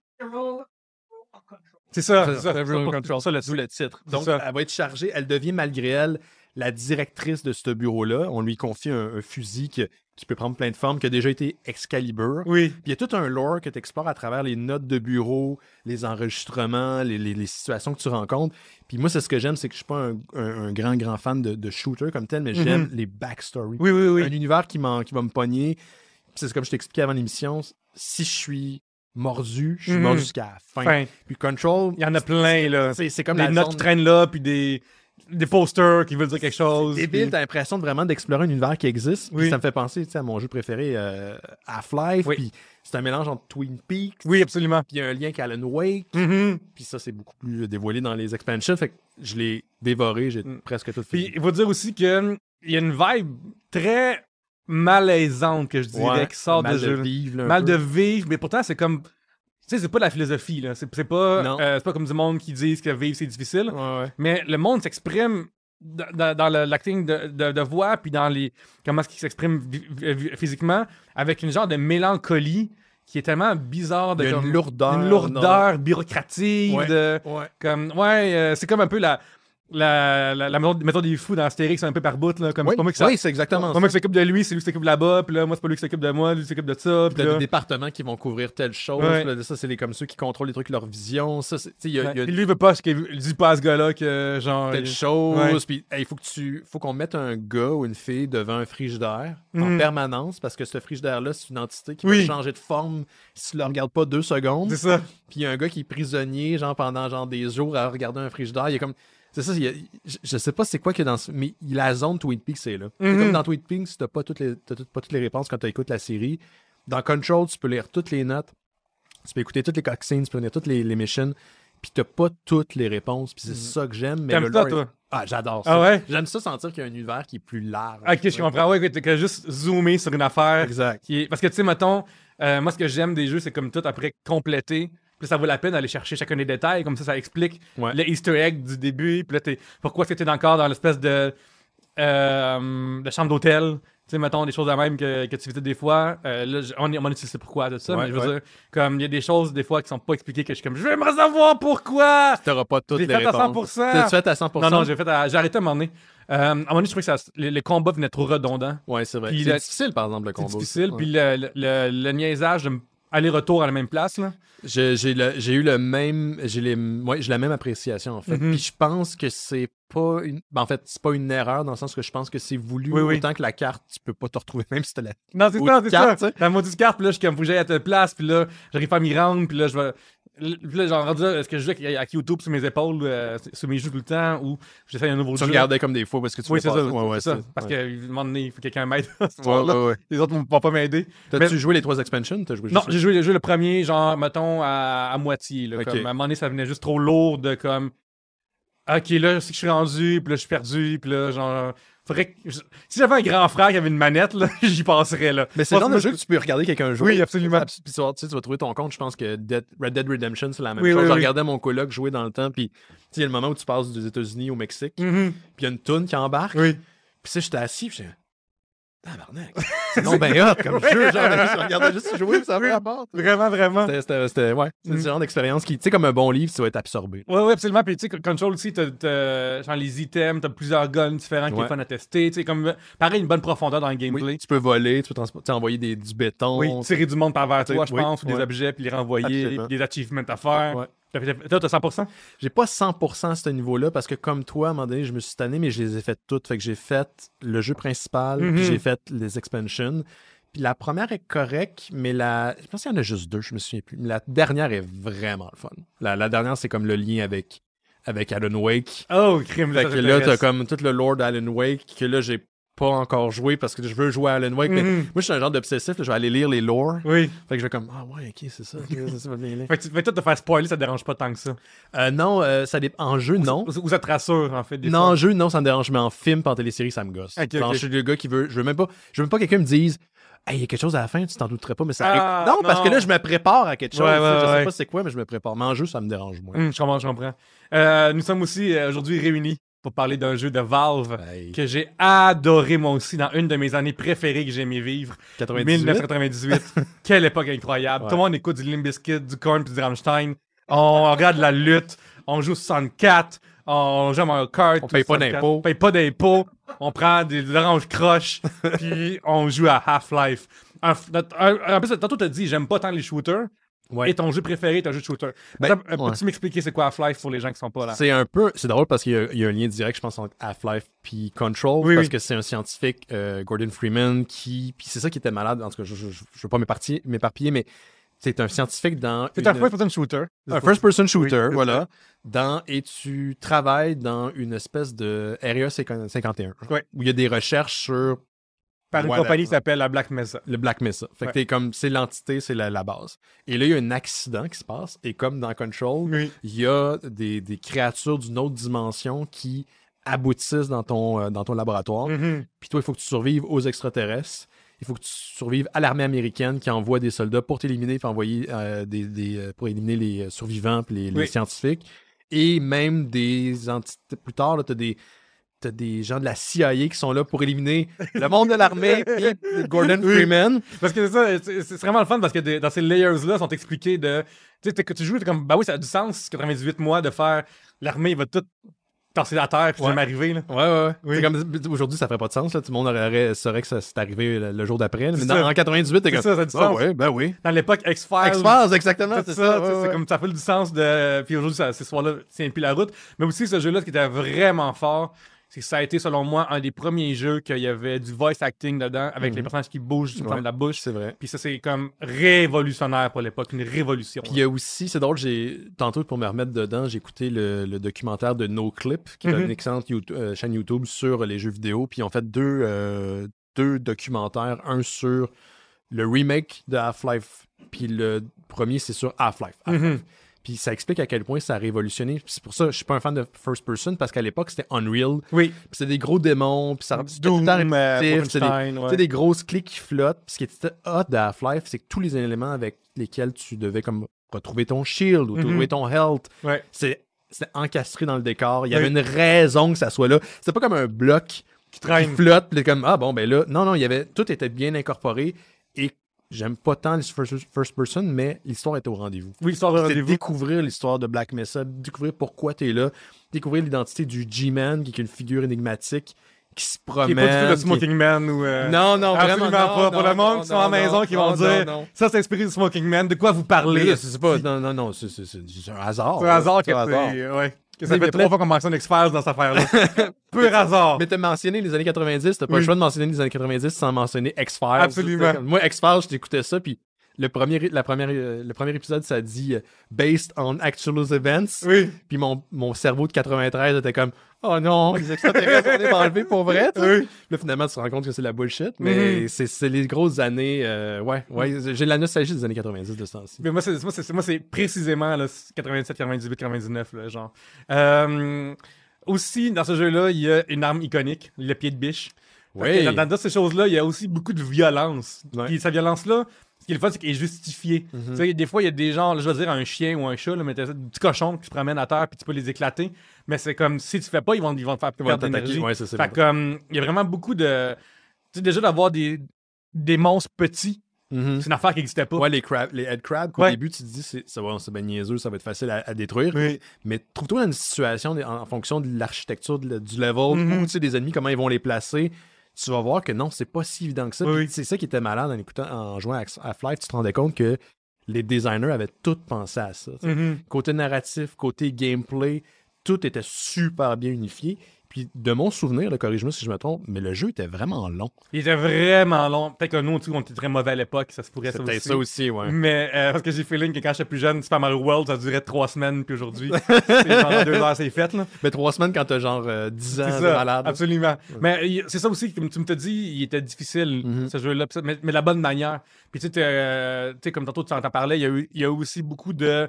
Speaker 1: C'est ça. C'est ça.
Speaker 2: Bureau of Control.
Speaker 1: ça, le
Speaker 2: D'où le titre.
Speaker 1: C'est
Speaker 2: Donc,
Speaker 1: ça.
Speaker 2: elle va être chargée. Elle devient malgré elle la directrice de ce bureau-là. On lui confie un, un fusil que- qui peut prendre plein de formes, qui a déjà été Excalibur.
Speaker 1: Oui.
Speaker 2: Puis il y a tout un lore que tu explores à travers les notes de bureau, les enregistrements, les, les- les situations que tu rencontres. Puis moi, c'est ce que j'aime, c'est que je suis pas un, un- un grand, grand fan de, de shooter comme tel, mais j'aime les backstories.
Speaker 1: Mm-hmm. Oui, oui,
Speaker 2: Un
Speaker 1: oui.
Speaker 2: univers qui, m'en- qui va me pogner. Puis c'est comme je t'expliquais avant l'émission, si je suis mordu, je suis
Speaker 1: Mhm.
Speaker 2: mort jusqu'à la fin.
Speaker 1: Fin.
Speaker 2: Puis Control,
Speaker 1: Il y en a plein, là.
Speaker 2: c'est c'est comme
Speaker 1: des
Speaker 2: la
Speaker 1: notes
Speaker 2: zone-
Speaker 1: qui traînent là, puis des, des posters qui veulent dire quelque chose.
Speaker 2: débile,
Speaker 1: puis-
Speaker 2: t'as l'impression de vraiment d'explorer un univers qui existe. Puis
Speaker 1: Oui.
Speaker 2: Ça me fait penser tu sais, à mon jeu préféré, euh, Half-Life.
Speaker 1: Oui.
Speaker 2: Puis c'est un mélange entre Twin Peaks, puis
Speaker 1: Oui, absolument.
Speaker 2: il y a un lien avec Alan Wake.
Speaker 1: Mhm.
Speaker 2: Puis ça, c'est beaucoup plus dévoilé dans les expansions. Fait que je l'ai dévoré, j'ai
Speaker 1: Mm.
Speaker 2: presque tout
Speaker 1: Puis
Speaker 2: fini.
Speaker 1: il faut dire aussi qu'il y a une vibe très malaisante que je dirais
Speaker 2: Ouais,
Speaker 1: qui sort
Speaker 2: mal
Speaker 1: de jeu.
Speaker 2: vivre, là, un
Speaker 1: mal
Speaker 2: peu.
Speaker 1: de vivre, mais pourtant c'est comme. Tu sais, c'est pas de la philosophie, là. C'est c'est pas,
Speaker 2: Non.
Speaker 1: euh, c'est pas comme du monde qui disent que vivre c'est difficile.
Speaker 2: Ouais, ouais.
Speaker 1: Mais le monde s'exprime dans, dans- dans le- l'acting de, de- de voix, puis dans les comment est-ce qu'il s'exprime vi- vi- physiquement, avec une genre de mélancolie qui est tellement bizarre. De,
Speaker 2: Il y a
Speaker 1: comme-
Speaker 2: une lourdeur.
Speaker 1: une lourdeur bureaucratique.
Speaker 2: Ouais.
Speaker 1: de-
Speaker 2: non. Ouais.
Speaker 1: comme, ouais, euh, c'est comme un peu la, la, la, la méthode, méthode des fous dans Astérix, un peu par bout. Là, comme,
Speaker 2: Oui,
Speaker 1: c'est pas moi qui s'en-
Speaker 2: oui, c'est exactement
Speaker 1: c'est
Speaker 2: ça.
Speaker 1: pas moi qui s'occupe de lui, c'est lui qui s'occupe de là-bas, puis là, moi, c'est pas lui qui s'occupe de moi, lui qui s'occupe de ça.
Speaker 2: Puis
Speaker 1: Puis
Speaker 2: T'as
Speaker 1: là,
Speaker 2: des départements qui vont couvrir telle chose.
Speaker 1: Ouais.
Speaker 2: là, ça, c'est les- comme ceux qui contrôlent les trucs, leur vision. Ça, c'est- tu sais, il y a-
Speaker 1: Ouais.
Speaker 2: il y a
Speaker 1: Puis lui, il veut pas, ce qu'il il dit pas à ce gars-là que, genre.
Speaker 2: telle
Speaker 1: il-
Speaker 2: chose.
Speaker 1: Ouais.
Speaker 2: Puis hey, il faut que tu, faut qu'on mette un gars ou une fille devant un frigidaire en
Speaker 1: Mhm.
Speaker 2: permanence parce que ce frigidaire-là, c'est une entité qui peut
Speaker 1: Oui.
Speaker 2: changer de forme si tu le regardes pas deux secondes.
Speaker 1: C'est ça.
Speaker 2: Puis il y a un gars qui est prisonnier, genre pendant genre des jours à regarder un frigidaire. Il est comme, c'est ça. il y a- je- je sais pas c'est quoi qu'il y a dans, ce- mais la zone Twin Peaks c'est là. C'est
Speaker 1: Mhm.
Speaker 2: Comme dans Twin Peaks, t'as pas toutes les, t'as tout- pas toutes les réponses quand tu écoutes la série. Dans Control, tu peux lire toutes les notes, tu peux écouter toutes les cutscenes, tu peux lire toutes les, les missions. Puis t'as pas toutes les réponses, puis c'est ça que j'aime. mais
Speaker 1: Mhm. T'aimes
Speaker 2: le
Speaker 1: ça,
Speaker 2: lore est
Speaker 1: toi?
Speaker 2: ah, j'adore ça.
Speaker 1: Ah ouais?
Speaker 2: J'aime ça sentir qu'il y a un univers qui est plus large.
Speaker 1: Ok, je comprends. Ouais, que t'as juste zoomé sur une affaire.
Speaker 2: Exact.
Speaker 1: qui est- Parce que, tu sais, mettons, euh, moi, ce que j'aime des jeux, c'est comme tout après complété. Puis ça vaut la peine d'aller chercher chacun des détails. Comme ça, ça explique
Speaker 2: Ouais.
Speaker 1: le Easter egg du début. Puis là, t'es- pourquoi est-ce que t'es encore dans l'espèce de, euh, de chambre d'hôtel? Tu sais, mettons, des choses de même que, que tu visites des fois. Euh, là, je- on, on utilise le pourquoi de ça.
Speaker 2: Ouais,
Speaker 1: mais je veux
Speaker 2: ouais.
Speaker 1: dire, comme il y a des choses, des fois, qui sont pas expliquées, que je suis comme, je veux me savoir pourquoi!
Speaker 2: T'auras pas toutes
Speaker 1: J'ai
Speaker 2: les
Speaker 1: fait à
Speaker 2: réponses.
Speaker 1: 100%.
Speaker 2: T'as-tu fait à 100%.
Speaker 1: Non, non, j'ai fait à- j'ai arrêté à un moment donné. Euh, à un moment donné, je trouvais que ça, les, les combats venaient trop redondants.
Speaker 2: Ouais, c'est vrai.
Speaker 1: Puis
Speaker 2: C'est
Speaker 1: la-
Speaker 2: difficile, par exemple, le
Speaker 1: C'est
Speaker 2: combo.
Speaker 1: difficile.
Speaker 2: Ouais.
Speaker 1: Puis le, le, le- le niaisage de m- aller-retour à la même place, là.
Speaker 2: Je- J'ai le- j'ai eu le même, j'ai les, ouais, j'ai la même appréciation en fait.
Speaker 1: Mhm.
Speaker 2: Puis je pense que c'est pas une, ben, en fait c'est pas une erreur dans le sens que je pense que c'est voulu
Speaker 1: Oui, oui.
Speaker 2: autant que la carte tu peux pas te retrouver même si t'as la.
Speaker 1: Non, c'est
Speaker 2: Ou
Speaker 1: ça,
Speaker 2: de
Speaker 1: c'est
Speaker 2: carte,
Speaker 1: ça.
Speaker 2: tu
Speaker 1: La maudite carte, puis là, je suis comme, faut que j'aille à telle place, puis là, j'arrive pas à m'y rendre, puis là, je vais. Puis là, genre, rendu là, est-ce que je joue avec- avec YouTube sur mes épaules, euh, sur mes joues tout le temps, ou j'essaye un nouveau
Speaker 2: Tu
Speaker 1: jeu?
Speaker 2: regardais comme des fois parce que tu
Speaker 1: Oui, c'est
Speaker 2: voulais
Speaker 1: ça.
Speaker 2: passer. Ouais, ouais,
Speaker 1: c'est ça.
Speaker 2: c'est-
Speaker 1: Parce
Speaker 2: ouais.
Speaker 1: que, à un moment donné, il faut que quelqu'un m'aide.
Speaker 2: Ouais, ouais, ouais.
Speaker 1: Les autres ne vont pas m'aider.
Speaker 2: T'as-tu
Speaker 1: Mais-
Speaker 2: joué les trois expansions T'as joué
Speaker 1: Non,
Speaker 2: juste-
Speaker 1: j'ai joué, j'ai joué le premier, genre, mettons, à, à moitié. là,
Speaker 2: Ok.
Speaker 1: comme, à un moment donné, ça venait juste trop lourd de comme. Ok, là, je sais que je suis rendu, puis là, je suis perdu, puis là, genre. Faudrait que... je- Si j'avais un grand frère qui avait une manette, là, (laughs) j'y passerais, là.
Speaker 2: Mais c'est le genre de
Speaker 1: Moi,
Speaker 2: jeu que tu peux regarder quelqu'un jouer.
Speaker 1: Oui, absolument.
Speaker 2: Abs- Puis tu vas, tu sais, tu vas trouver ton compte. Je pense que Dead- Red Dead Redemption, c'est la même
Speaker 1: Oui,
Speaker 2: chose.
Speaker 1: oui,
Speaker 2: je
Speaker 1: oui.
Speaker 2: regardais mon coloc jouer dans le temps. Puis tu sais, il y a le moment où tu passes des États-Unis au Mexique.
Speaker 1: Mhm.
Speaker 2: Puis il y a une toune qui embarque.
Speaker 1: Oui.
Speaker 2: Puis ça, j'étais assis. Puis j'ai. Tabarnak. C'est non, ben hop, comme jeu. Genre, je regardais juste jouer. Puis ça avait rapport. Mm.
Speaker 1: Vraiment, vraiment.
Speaker 2: C'était- C'était. c'était- Ouais. C'est le
Speaker 1: Mhm.
Speaker 2: genre d'expérience qui. Tu sais, comme un bon livre, tu vas être absorbé.
Speaker 1: Ouais, ouais, absolument. Puis, tu sais, Control aussi, t'as, t'as- genre les items, t'as plusieurs guns différents qui
Speaker 2: Ouais.
Speaker 1: sont fun à tester. Tu sais, comme, pareil, une bonne profondeur dans le gameplay.
Speaker 2: Oui, tu peux voler, tu peux transporter, tu sais, envoyer des- du béton.
Speaker 1: Oui, tirer du monde par vers toi, je
Speaker 2: Oui,
Speaker 1: pense, ou des
Speaker 2: ouais.
Speaker 1: objets, puis les renvoyer,
Speaker 2: Absolument.
Speaker 1: des achievements à faire.
Speaker 2: Ouais.
Speaker 1: T'as fait- Toi, t'as 100%?
Speaker 2: J'ai pas 100% à ce niveau-là parce que comme toi, à un moment donné, je me suis tanné, mais je les ai faites toutes. Fait que j'ai fait le jeu principal, puis
Speaker 1: Mhm.
Speaker 2: j'ai fait les expansions. Puis la première est correcte, mais la... Je pense qu'il y en a juste deux, je me souviens plus. Mais la dernière est vraiment le fun. La, la dernière, c'est comme le lien avec, avec Alan Wake.
Speaker 1: Oh, crime,
Speaker 2: Fait que là, t'as comme tout le lore d'Alan Wake que là, j'ai pas encore joué parce que je veux jouer à Alan Wake. Mais
Speaker 1: Mhm.
Speaker 2: moi, je suis un genre d'obsessif, là, je vais aller lire les lores.
Speaker 1: Oui.
Speaker 2: Fait que je vais comme, ah ouais, ok, c'est ça, ok, ça, ça va bien là.
Speaker 1: Fait que tu- fait que toi, te faire spoiler, ça te dérange pas tant que ça.
Speaker 2: Euh, non, euh, ça dépend. En jeu, non.
Speaker 1: Ou, ou ça te rassure, en fait. Des
Speaker 2: Non, en
Speaker 1: fois.
Speaker 2: jeu, non, ça me dérange, mais en film, pas en télésérie, ça me gosse.
Speaker 1: Ok,
Speaker 2: Genre,
Speaker 1: ok.
Speaker 2: Je suis le gars qui veut. Je veux même pas. Je veux même pas que quelqu'un me dise Hey, il y a quelque chose à la fin, tu t'en douterais pas, mais ça.
Speaker 1: Ah,
Speaker 2: non, parce
Speaker 1: non.
Speaker 2: que là, je me prépare à quelque chose.
Speaker 1: Ouais,
Speaker 2: tu sais,
Speaker 1: ouais,
Speaker 2: je sais
Speaker 1: ouais.
Speaker 2: pas c'est quoi, mais je me prépare. Mais en jeu, ça me dérange moins.
Speaker 1: Hum, je comprends, je comprends. Euh, nous sommes aussi euh, aujourd'hui réunis pour parler d'un jeu de Valve
Speaker 2: Hey,
Speaker 1: que j'ai adoré moi aussi dans une de mes années préférées que j'ai aimé vivre.
Speaker 2: 98.
Speaker 1: 1998. (laughs) Quelle époque incroyable.
Speaker 2: Ouais.
Speaker 1: Tout le monde écoute du Limp Bizkit, du Korn puis du Rammstein. On regarde la lutte. On joue 64. On joue à Mario Kart.
Speaker 2: On paye pas
Speaker 1: 64,
Speaker 2: d'impôts.
Speaker 1: On paye pas d'impôts. On prend des de l'orange
Speaker 2: (laughs)
Speaker 1: croche. puis on joue à Half-Life. Un f- notre- un- En plus, tantôt, t'as dit, j'aime pas tant les shooters.
Speaker 2: Ouais.
Speaker 1: Et ton jeu préféré est un jeu de shooter.
Speaker 2: Ben,
Speaker 1: Attends, euh,
Speaker 2: ouais.
Speaker 1: Peux-tu m'expliquer c'est quoi Half-Life pour les gens qui sont pas là?
Speaker 2: C'est un peu. C'est drôle parce qu'il y a- il y, a un lien direct, je pense, entre Half-Life puis Control.
Speaker 1: Oui,
Speaker 2: parce
Speaker 1: oui.
Speaker 2: que c'est un scientifique, euh, Gordon Freeman, qui. Puis c'est ça qui était malade. En tout cas, je, je, je- je veux pas m'éparti- m'éparpiller, mais C'est un scientifique dans.
Speaker 1: C'est
Speaker 2: une-
Speaker 1: un first-person shooter.
Speaker 2: un first-person shooter,
Speaker 1: Oui,
Speaker 2: voilà. Dans, et tu travailles dans une espèce de Area 50 51.
Speaker 1: Ouais.
Speaker 2: Où il y a des recherches sur
Speaker 1: Par une
Speaker 2: Voilà.
Speaker 1: compagnie qui s'appelle la Black Mesa.
Speaker 2: le Black Mesa. Fait que
Speaker 1: Ouais.
Speaker 2: t'es comme, c'est l'entité, c'est la, la base. Et là, il y a un accident qui se passe. Et comme dans Control,
Speaker 1: Oui.
Speaker 2: il y a des, des créatures d'une autre dimension qui aboutissent dans ton, euh, dans ton laboratoire.
Speaker 1: Mhm.
Speaker 2: Puis toi, il faut que tu survives aux extraterrestres. Il faut que tu survives à l'armée américaine qui envoie des soldats pour t'éliminer, puis envoyer euh, des, des, euh, pour éliminer les euh, survivants puis les, les
Speaker 1: Oui.
Speaker 2: scientifiques. Et même des entités. Plus tard, tu as des. t'as des gens de la CIA qui sont là pour éliminer le monde de l'armée puis Gordon
Speaker 1: Oui.
Speaker 2: Freeman.
Speaker 1: Parce que c'est ça, c'est c'est vraiment le fun parce que de- dans ces layers-là, sont expliqués de. Tu sais, t'es- que tu joues, t'es comme, bah oui, ça a du sens, 98 mois de faire l'armée, il va tout passer la terre, puis
Speaker 2: Ouais.
Speaker 1: ça m'arriver, là.
Speaker 2: Ouais, ouais, ouais. C'est comme- Aujourd'hui, ça ferait pas de sens. Là. Tout le monde aurait, saurait que ça s'est arrivé le, le jour d'après. là. Mais
Speaker 1: C'est
Speaker 2: dans-
Speaker 1: ça.
Speaker 2: en 98, t'es
Speaker 1: C'est
Speaker 2: comme.
Speaker 1: ça, ça a du
Speaker 2: Ah
Speaker 1: sens.
Speaker 2: ouais, ben oui.
Speaker 1: Dans l'époque X-Files.
Speaker 2: X-Files, exactement.
Speaker 1: Tout ça, tu sais, c'est comme ça fait du sens de. Puis aujourd'hui, ça- ce soir-là, c'est plus la route. Mais aussi, ce jeu-là, ce qui était vraiment fort, c'est que ça a été, selon moi, un des premiers jeux qu'il y avait du voice acting dedans, avec
Speaker 2: Mhm.
Speaker 1: les personnages qui bougent, qui
Speaker 2: Ouais.
Speaker 1: ferment la bouche.
Speaker 2: C'est vrai.
Speaker 1: Puis ça, c'est comme révolutionnaire pour l'époque, une révolution.
Speaker 2: Puis il y a aussi, c'est drôle, j'ai tantôt pour me remettre dedans, j'ai écouté le, le documentaire de No Clip, qui est
Speaker 1: Mhm.
Speaker 2: une excellente YouTube- euh, chaîne YouTube sur les jeux vidéo. Puis ils ont fait deux, euh, deux documentaires, un sur le remake de Half-Life, puis le premier c'est sur Half-Life.
Speaker 1: Mhm.
Speaker 2: Puis ça explique à quel point ça a révolutionné. Puis c'est pour ça, je suis pas un fan de first person parce qu'à l'époque c'était Unreal,
Speaker 1: Oui.
Speaker 2: puis c'était des gros démons, puis ça c'était tout
Speaker 1: Doom,
Speaker 2: le temps
Speaker 1: euh,
Speaker 2: répétitif, c'était des-
Speaker 1: Wolfenstein, ouais.
Speaker 2: tu sais, des grosses clés qui flottent. Puis ce qui était hot de Half-Life, c'est que tous les éléments avec lesquels tu devais comme retrouver ton shield ou
Speaker 1: Mhm.
Speaker 2: trouver ton health,
Speaker 1: Ouais.
Speaker 2: c'est c'était encastré dans le décor. Il y
Speaker 1: Oui.
Speaker 2: avait une raison que ça soit là. C'était pas comme un bloc
Speaker 1: Qui
Speaker 2: qui
Speaker 1: traîne.
Speaker 2: flotte, puis comme ah bon ben là, non non, il y avait tout était bien incorporé et j'aime pas tant les first, first person, mais l'histoire était au rendez-vous.
Speaker 1: Oui, l'histoire de
Speaker 2: C'est
Speaker 1: rendez-vous.
Speaker 2: découvrir l'histoire de Black Mesa, découvrir pourquoi tu es là, découvrir l'identité du G-Man, qui est une figure énigmatique qui se promène.
Speaker 1: Qui est pas du tout de
Speaker 2: qui-
Speaker 1: Smoking Man ou. euh,
Speaker 2: non, non,
Speaker 1: Absolument
Speaker 2: vraiment
Speaker 1: pas.
Speaker 2: non,
Speaker 1: pour
Speaker 2: non,
Speaker 1: le monde
Speaker 2: non,
Speaker 1: qui sont
Speaker 2: non,
Speaker 1: à la maison,
Speaker 2: non,
Speaker 1: qui
Speaker 2: non,
Speaker 1: vont dire
Speaker 2: non, non.
Speaker 1: Ça, c'est inspiré du Smoking Man, de quoi vous parlez
Speaker 2: Mais c'est pas. Non, non, non, c'est c'est- c'est- c'est un hasard.
Speaker 1: C'est un hasard que
Speaker 2: un hasard.
Speaker 1: t'es- ouais. Que ça
Speaker 2: Mais il y
Speaker 1: fait
Speaker 2: a
Speaker 1: trois
Speaker 2: plein-
Speaker 1: fois qu'on mentionne X-Files dans cette affaire-là.
Speaker 2: (laughs)
Speaker 1: Pur hasard.
Speaker 2: Mais t'as mentionné les années 90, t'as pas
Speaker 1: Oui.
Speaker 2: le choix de mentionner les années 90 sans mentionner X-Files.
Speaker 1: Absolument.
Speaker 2: C'est comme- Moi, X-Files, j'écoutais ça, puis le premier, la première, euh, le premier épisode, ça dit euh, Based on actual events.
Speaker 1: Oui.
Speaker 2: Puis mon, mon cerveau de 93 était comme Oh non, les extraterrestres on est enlevés pour vrai. tu sais.
Speaker 1: Oui.
Speaker 2: Là, finalement, tu te rends compte que c'est la bullshit, mais
Speaker 1: Mhm.
Speaker 2: c'est- c'est les grosses années. euh, ouais, ouais. J'ai la nostalgie des années 90 de ce temps-ci.
Speaker 1: Mais moi, c'est, moi, c'est, moi, c'est précisément là, 87, 98, 99, là, genre. Euh, aussi, dans ce jeu-là, il y a une arme iconique, le pied de biche. Fait que
Speaker 2: Oui.
Speaker 1: Dans, dans toutes ces choses-là, il y a aussi beaucoup de violence.
Speaker 2: Ouais. Mhm.
Speaker 1: Puis sa violence-là, ce qui est le fun, c'est qu'elle est justifiée. Tu sais, Des fois, il y a des gens, là, je veux dire un chien ou un chat, là, mais t'as des petits cochons qui se promènent à terre puis tu peux les éclater. Mais c'est comme, si tu fais pas, ils vont, ils vont te faire
Speaker 2: Ouais,
Speaker 1: perdre
Speaker 2: t'attaquer.
Speaker 1: d'énergie.
Speaker 2: Ouais, ça, c'est
Speaker 1: Fait
Speaker 2: bon.
Speaker 1: comme, il y a vraiment beaucoup de... Tu sais, déjà d'avoir des, des monstres petits,
Speaker 2: Mhm.
Speaker 1: c'est une affaire qui n'existait pas.
Speaker 2: Ouais, les, crab, les head crabs, qu'au
Speaker 1: Ouais.
Speaker 2: début, tu te dis, c'est ça va, c'est bien niaiseux, ça va être facile à, à détruire.
Speaker 1: Oui.
Speaker 2: Mais trouve-toi dans une situation de- en, en fonction de l'architecture de- du level,
Speaker 1: Mhm.
Speaker 2: ou tu sais, des ennemis, comment ils vont les placer. Tu vas voir que non, c'est pas si évident que ça.
Speaker 1: Oui.
Speaker 2: Puis C'est ça qui était malade en écoutant, en jouant à Half-Life. Tu te rendais compte que les designers avaient tout pensé à ça. tu sais.
Speaker 1: Mhm.
Speaker 2: Côté narratif, côté gameplay, tout était super bien unifié. Puis de mon souvenir, là, corrige-moi si je me trompe, mais le jeu était vraiment long.
Speaker 1: Il était vraiment long. Peut-être que nous, tu sais, on était très mauvais à l'époque, ça se pourrait ça aussi.
Speaker 2: aussi, ouais.
Speaker 1: Mais euh, parce que j'ai feeling que quand j'étais plus jeune, Super Mario World, ça durait trois semaines, puis
Speaker 2: (laughs)
Speaker 1: aujourd'hui, c'est pendant deux heures, c'est fait. Là.
Speaker 2: Mais trois semaines quand t'as genre euh, 10 ans
Speaker 1: C'est
Speaker 2: de
Speaker 1: ça,
Speaker 2: Ah, malade.
Speaker 1: absolument. Mais euh, il- c'est ça aussi, comme tu me t'as dit, il était difficile,
Speaker 2: Mhm.
Speaker 1: ce jeu-là, puis ça- mais, mais de la bonne manière. Puis tu sais, t'es, euh, tu sais, comme tantôt tu en t'en parlais, il y, a eu, il y a eu aussi beaucoup de,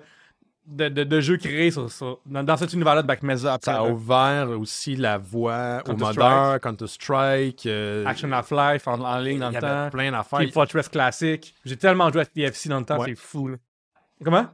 Speaker 1: de, de- de jeux créés sur, sur- dans, dans cet univers-là de Back Mesa.
Speaker 2: Ça a
Speaker 1: après,
Speaker 2: ouvert aussi la voie au
Speaker 1: Counter-Strike.
Speaker 2: modeur, Counter-Strike. euh,
Speaker 1: euh, Action Half-Life en, en ligne dans
Speaker 2: il y
Speaker 1: le temps.
Speaker 2: avait plein d'affaires.
Speaker 1: Team Fortress classique. J'ai tellement joué à TFC dans le temps,
Speaker 2: Ouais.
Speaker 1: c'est fou. là. Comment?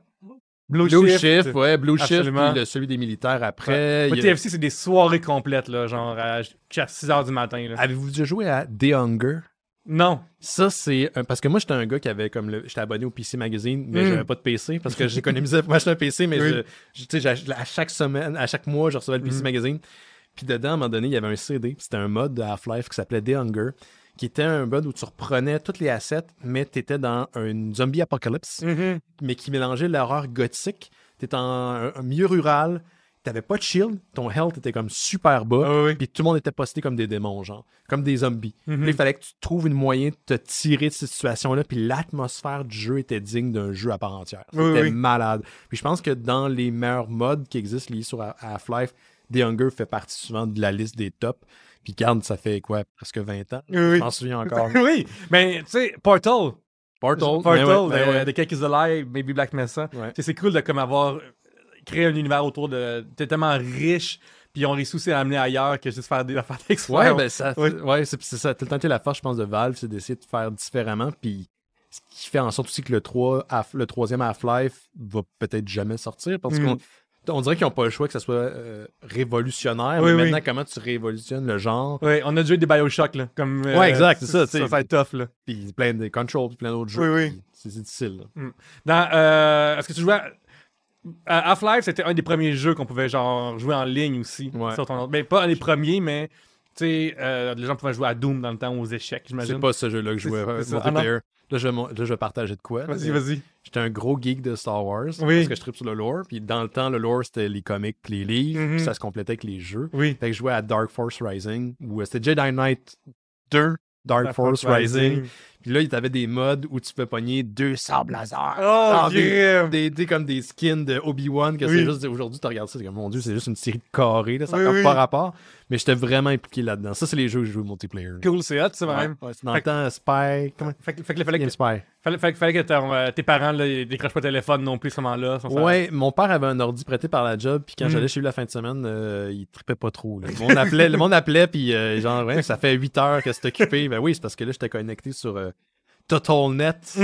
Speaker 2: Blue, Shift, ouais, Blue Shift,
Speaker 1: Absolument.
Speaker 2: puis le- celui des militaires après.
Speaker 1: Moi,
Speaker 2: Il y a-
Speaker 1: TFC, c'est des soirées complètes, là, genre à 6h du matin. là.
Speaker 2: Avez-vous déjà joué à The Hunger?
Speaker 1: Non.
Speaker 2: Ça, c'est. un- Parce que moi, j'étais un gars qui avait comme. le- J'étais abonné au PC Magazine, mais
Speaker 1: Mm.
Speaker 2: j'avais pas de PC parce que j'économisais pour m'acheter un PC, mais
Speaker 1: Oui.
Speaker 2: je- je- tu sais, j'ach- à chaque semaine, à chaque mois, je recevais le PC
Speaker 1: Mm.
Speaker 2: Magazine. Puis dedans, à un moment donné, il y avait un CD, puis c'était un mode de Half-Life qui s'appelait The Hunger, qui était un mode où tu reprenais toutes les assets, mais t'étais dans une zombie
Speaker 1: Mm-hmm.
Speaker 2: apocalypse, mais qui mélangeait l'horreur gothique. T'étais en un, un milieu rural. t'avais pas de shield, ton health était comme super bas,
Speaker 1: Ah oui, oui.
Speaker 2: puis tout le monde était posté comme des démons, genre, comme des zombies.
Speaker 1: Mhm.
Speaker 2: Puis là, il fallait que tu trouves une moyen de te tirer de cette situation-là, puis l'atmosphère du jeu était digne d'un jeu à part entière.
Speaker 1: Oui,
Speaker 2: C'était
Speaker 1: oui.
Speaker 2: malade. Puis je pense que dans les meilleurs modes qui existent liés sur Half-Life, The Hunger fait partie souvent de la liste des tops. Puis garde, ça fait quoi, presque 20 ans?
Speaker 1: Oui, oui.
Speaker 2: Je m'en souviens
Speaker 1: (laughs)
Speaker 2: encore.
Speaker 1: oui, mais tu sais, Portal,
Speaker 2: Portal.
Speaker 1: Portal,
Speaker 2: ben ouais, ben
Speaker 1: de-
Speaker 2: ouais.
Speaker 1: de Cake is a Lie, Maybe Black Mesa.
Speaker 2: Ouais.
Speaker 1: C'est- C'est cool de comme avoir euh, créé un univers autour de. T'es tellement riche, puis ils ont réussi aussi à l'amener ailleurs que juste faire des affaires d'exploits.
Speaker 2: Ouais, ben ça,
Speaker 1: Ouais.
Speaker 2: ouais, c'est c'est ça. Tout le temps, la force, je pense, de Valve, c'est d'essayer de faire différemment. Puis ce qui fait en sorte aussi que le, 3, Half- le troisième Half-Life va peut-être jamais sortir parce
Speaker 1: Mm.
Speaker 2: qu'on on dirait qu'ils n'ont pas le choix que ça soit euh, révolutionnaire.
Speaker 1: Oui,
Speaker 2: mais
Speaker 1: oui.
Speaker 2: maintenant, comment tu révolutionnes le genre?
Speaker 1: Ouais, on a déjà eu des Bioshock, là. Comme, euh,
Speaker 2: Ouais, exact, c'est ça, tu sais.
Speaker 1: Ça va être tough, là.
Speaker 2: Puis plein de control, puis plein d'autres jeux.
Speaker 1: Oui, oui.
Speaker 2: puis C'est c'est difficile. là.
Speaker 1: Dans, euh, Est-ce que tu jouais. à- à Half-Life, c'était un des premiers jeux qu'on pouvait genre jouer en ligne aussi.
Speaker 2: Ouais.
Speaker 1: Sur ton... ben, pas un des premiers, mais tu sais, euh, les gens pouvaient jouer à Doom dans le temps aux échecs,
Speaker 2: C'est
Speaker 1: j'imagine.
Speaker 2: pas ce jeu-là que je jouais.
Speaker 1: C'est-
Speaker 2: euh,
Speaker 1: c'est ça.
Speaker 2: multiplayer. Là, je vais mon- là, je vais partager de quoi.
Speaker 1: Vas-y,
Speaker 2: Mais-
Speaker 1: vas-y.
Speaker 2: J'étais un gros geek de Star Wars
Speaker 1: Oui.
Speaker 2: parce que je tripe sur le lore. Puis dans le temps, le lore, c'était les comics, puis les livres,
Speaker 1: Mhm.
Speaker 2: puis ça se complétait avec les jeux.
Speaker 1: Oui.
Speaker 2: Fait que je jouais à Dark Force Rising, ou euh, c'était Jedi Knight 2, Dark, Force, Rising. Puis là, il t'avait des modes où tu peux pogner 200 blazers.
Speaker 1: Oh,
Speaker 2: Ah, des,
Speaker 1: grave.
Speaker 2: des- des- comme des skins de Obi-Wan, que
Speaker 1: Oui.
Speaker 2: c'est juste, aujourd'hui, tu regardes ça, c'est comme, mon dieu, c'est juste une série de carrés, là, ça
Speaker 1: Oui,
Speaker 2: n'a
Speaker 1: oui.
Speaker 2: pas rapport. Mais j'étais vraiment impliqué là-dedans. Ça, c'est les jeux que je joue multiplayer.
Speaker 1: Cool, c'est hot, ça,
Speaker 2: Ouais,
Speaker 1: même.
Speaker 2: ouais, c'est dans
Speaker 1: Fait
Speaker 2: le temps, Spy, comment?
Speaker 1: Fait que, fait que, fallait, que
Speaker 2: Game Spy.
Speaker 1: fallait, fallait- fallait que ton, euh, tes parents là, ils décrochent pas le téléphone non plus, ce moment-là. sinon ça-
Speaker 2: Ouais, mon père avait un ordi prêté par la job, puis quand
Speaker 1: Mm.
Speaker 2: j'allais chez lui la fin de semaine, euh, il tripait pas trop. là. Le monde appelait, le monde appelait puis euh, genre, ouais, ça fait 8 heures que c'est occupé. Ben oui, c'est parce que là, j'étais connecté sur euh, TotalNet Mm.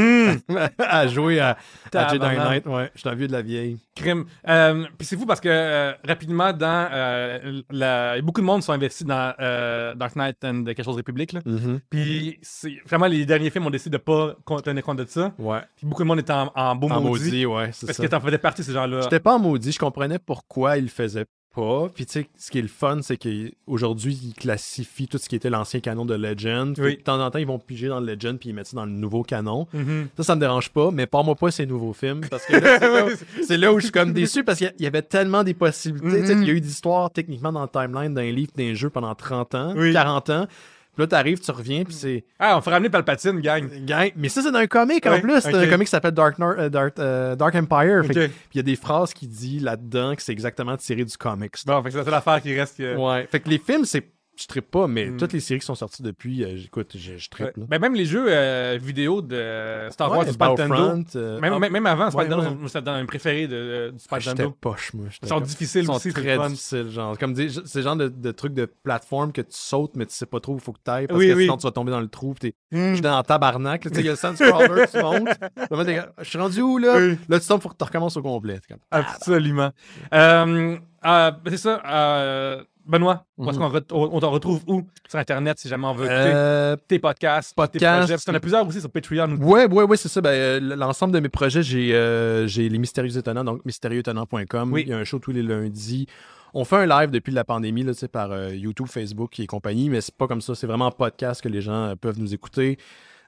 Speaker 1: Hum,
Speaker 2: à jouer à, à Jedi
Speaker 1: Tabarnak.
Speaker 2: Knight. Ouais, j'étais un vieux de la vieille.
Speaker 1: crime. Euh, Puis c'est fou parce que euh, rapidement, dans euh, la- beaucoup de monde sont investis dans euh, Dark Knight and quelque chose République. Là.
Speaker 2: Mm-hmm.
Speaker 1: Puis c'est- vraiment, les derniers films ont décidé de pas con- tenir compte de ça.
Speaker 2: Ouais.
Speaker 1: Puis beaucoup de monde était en, en beau
Speaker 2: En
Speaker 1: maudit.
Speaker 2: maudit, ouais, c'est
Speaker 1: parce
Speaker 2: ça.
Speaker 1: que t'en faisais partie, ces gens-là.
Speaker 2: J'étais pas en maudit, je comprenais pourquoi il le faisait pas. Puis tu sais, ce qui est le fun, c'est qu'aujourd'hui, ils classifient tout ce qui était l'ancien canon de Legend. Fait
Speaker 1: Oui.
Speaker 2: que De temps en temps, ils vont piger dans le Legend puis ils mettent ça dans le nouveau canon.
Speaker 1: Mhm.
Speaker 2: Ça, ça me dérange pas, mais parle-moi pas ces nouveaux films parce
Speaker 1: (laughs)
Speaker 2: que là, c'est là- c'est là où je suis comme déçu parce qu'il y- il y avait tellement des possibilités. Tu sais,
Speaker 1: Mhm.
Speaker 2: Il y a eu des histoires techniquement dans le timeline d'un livre, d'un jeu pendant 30 ans,
Speaker 1: Oui.
Speaker 2: 40 ans. Puis là, t'arrives, tu reviens, puis c'est.
Speaker 1: Ah, on fait ramener Palpatine, gang.
Speaker 2: Gang. Mais ça, c'est d'un comic en
Speaker 1: Ouais,
Speaker 2: plus. C'est
Speaker 1: Mm. ok.
Speaker 2: un comic qui s'appelle Dark, Nor- euh, Dark, euh, Dark Empire. Fait que-
Speaker 1: Ok.
Speaker 2: Puis il y a des phrases qui dit là-dedans que c'est exactement tiré du comics.
Speaker 1: Bon, fait que c'est la seule affaire qui reste. que-
Speaker 2: Ouais. Fait que les films, c'est. Je trippe pas, mais
Speaker 1: Mm.
Speaker 2: toutes les séries qui sont sorties depuis, euh, écoute, je, je
Speaker 1: Ouais.
Speaker 2: trippe. là.
Speaker 1: Ben, même les jeux euh, vidéo de Star
Speaker 2: Ouais,
Speaker 1: Wars, Super Nintendo.
Speaker 2: Battlefront, euh,
Speaker 1: Même,
Speaker 2: ah,
Speaker 1: même- même avant, Spider-Man,
Speaker 2: ouais.
Speaker 1: c'était dans mes préférés de, euh, du
Speaker 2: J'étais
Speaker 1: Spider-Man.
Speaker 2: poche, moi. J'étais
Speaker 1: Ils sont
Speaker 2: comme-
Speaker 1: difficiles
Speaker 2: Ils sont
Speaker 1: aussi, c'est le
Speaker 2: très
Speaker 1: fun.
Speaker 2: difficiles, genre. Comme des, c'est le genre de, de trucs de plateforme que tu sautes, mais tu sais pas trop où faut que t'ailles parce
Speaker 1: Oui,
Speaker 2: que
Speaker 1: oui. Hmm.
Speaker 2: sinon tu vas tomber dans le trou. pis T'es, Je suis dans le tabarnak. là, tu sais, il y a le sandcrawler, tu
Speaker 1: (laughs)
Speaker 2: montes. Là, t'es comme, Je suis rendu où, là?
Speaker 1: Oui.
Speaker 2: Là, tu tombes, faut que tu recommences au complet. T'es comme,
Speaker 1: Absolument. Euh, euh, ben, c'est ça. euh, Benoît, où est-ce
Speaker 2: Mhm.
Speaker 1: qu'on re- on, on t'en retrouve où? Sur Internet, si jamais on veut écouter
Speaker 2: Euh,
Speaker 1: tes podcasts, tes
Speaker 2: podcast.
Speaker 1: projets. Parce qu'on a plusieurs aussi sur Patreon. ou-
Speaker 2: Ouais, ouais, ouais, c'est ça. Ben, euh, l'ensemble de mes projets, j'ai euh, j'ai les Mystérieux Étonnants, donc mystérieuxétonnants.com.
Speaker 1: Oui.
Speaker 2: Il y a un show tous les lundis. On fait un live depuis la pandémie là, tu sais, par euh, YouTube, Facebook et compagnie, mais c'est pas comme ça. C'est vraiment en podcast que les gens euh, peuvent nous écouter.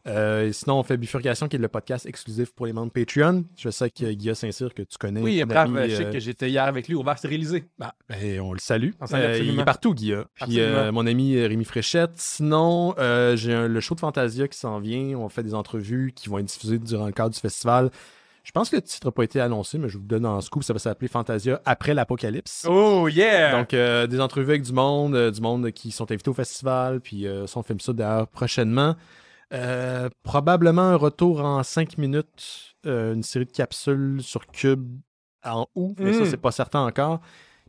Speaker 2: Euh, et sinon, on fait Bifurcation, qui est le podcast exclusif pour les membres Patreon. Je sais que euh, Guillaume Saint-Cyr, que tu connais.
Speaker 1: Oui,
Speaker 2: un
Speaker 1: brave,
Speaker 2: ami,
Speaker 1: je sais
Speaker 2: euh,
Speaker 1: que j'étais hier avec lui au bar stérilisé.
Speaker 2: bah, ben, on le salue.
Speaker 1: On salue
Speaker 2: Euh, il
Speaker 1: absolument.
Speaker 2: est partout, Guilla. Puis
Speaker 1: Absolument.
Speaker 2: euh, mon ami euh, Rémi Fréchette. Sinon, euh, j'ai un- le show de Fantasia qui s'en vient. On fait des entrevues qui vont être diffusées durant le cadre du festival. Je pense que le titre n'a pas été annoncé, mais je vous le donne en scoop. Ça va s'appeler Fantasia après l'apocalypse.
Speaker 1: Oh, yeah!
Speaker 2: Donc, euh, des entrevues avec du monde, euh, du monde qui sont invités au festival. Puis, euh, ça, on filme ça d'ailleurs prochainement. Euh, probablement un retour en 5 minutes, euh, une série de capsules sur Cube en août, mais
Speaker 1: Mm.
Speaker 2: ça, c'est pas certain encore.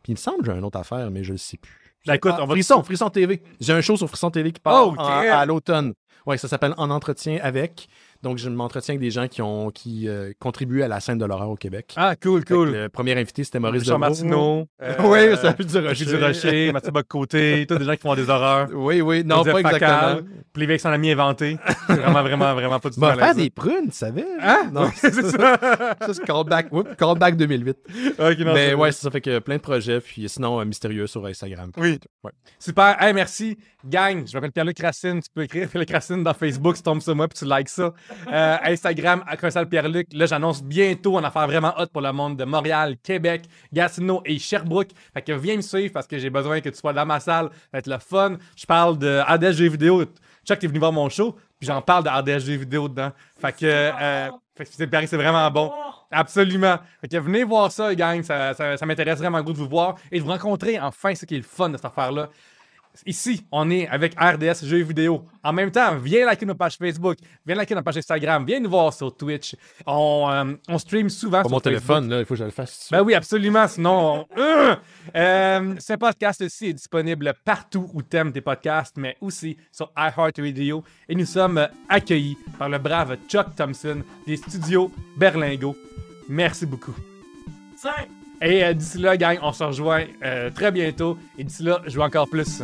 Speaker 2: Puis, il me semble que j'ai une autre affaire, mais je le sais plus.
Speaker 1: Ben, écoute,
Speaker 2: Ah,
Speaker 1: on va...
Speaker 2: Frisson, Frisson TV. J'ai un show sur Frisson TV qui part
Speaker 1: Oh,
Speaker 2: en-
Speaker 1: crème.
Speaker 2: à l'automne. Ouais, ça s'appelle En entretien avec. Donc, je m'entretiens avec des gens qui ont qui euh, contribuent à la scène de l'horreur au Québec.
Speaker 1: Ah, cool,
Speaker 2: Fait que
Speaker 1: cool.
Speaker 2: Le premier invité, c'était Maurice Euh,
Speaker 1: Richard
Speaker 2: Demeaux.
Speaker 1: Martineau. (laughs)
Speaker 2: oui, ça (laughs) fait du
Speaker 1: Roger
Speaker 2: rocher.
Speaker 1: Euh, du
Speaker 2: (laughs)
Speaker 1: Rocher, Mathieu Bocoté, tous des gens qui font des horreurs.
Speaker 2: Oui, oui, non,
Speaker 1: Joseph
Speaker 2: pas
Speaker 1: Facal,
Speaker 2: exactement.
Speaker 1: Puis avec son ami inventé. C'est vraiment, vraiment, vraiment pas du tout
Speaker 2: Bon,
Speaker 1: malaisant.
Speaker 2: faire des prunes, tu savais?
Speaker 1: Hein?
Speaker 2: Non,
Speaker 1: (laughs) c'est ça.
Speaker 2: (laughs) ça, c'est callback, Oups, callback 2008.
Speaker 1: Ok, non,
Speaker 2: Mais
Speaker 1: c'est-
Speaker 2: ouais, c'est ça fait que plein de projets, puis sinon, euh, mystérieux sur Instagram.
Speaker 1: Oui.
Speaker 2: Ouais.
Speaker 1: Super. Hey, merci. Gang, je m'appelle Pierre-Luc Racine. Tu peux écrire Pierre-Luc Racine dans Facebook, tu tombes sur moi puis tu likes ça. Euh, Instagram, Croissal Pierre-Luc. Là, j'annonce bientôt une affaire vraiment hot pour le monde de Montréal, Québec, Gatineau et Sherbrooke. Fait que viens me suivre parce que j'ai besoin que tu sois dans ma salle. Ça va être le fun. Je parle de Adèle Jeux vidéo. Chuck, t'es venu voir mon show, puis j'en parle de Adèle Jeux vidéo dedans. Fait que, euh, fait que c'est Paris, c'est vraiment bon. Absolument. Fait que venez voir ça, gang. Ça, ça, ça m'intéresse vraiment le goût de vous voir et de vous rencontrer. Enfin, ce qui est le fun de cette affaire-là. Ici, on est avec RDS Jeux vidéo. En même temps, viens liker nos pages Facebook, viens liker nos pages Instagram, viens nous voir sur Twitch. On, euh, on stream souvent
Speaker 2: Pas
Speaker 1: sur
Speaker 2: mon
Speaker 1: Facebook.
Speaker 2: téléphone, là, il faut que je le fasse.
Speaker 1: Ben oui, absolument, sinon... on- Euh! Euh, ce podcast aussi est disponible partout où t'aimes tes podcasts, mais aussi sur iHeartRadio. Et nous sommes euh, accueillis par le brave Chuck Thompson des studios Berlingo. Merci beaucoup. Et euh, d'ici là, gang, on se rejoint euh, très bientôt. Et d'ici là, je joue encore plus.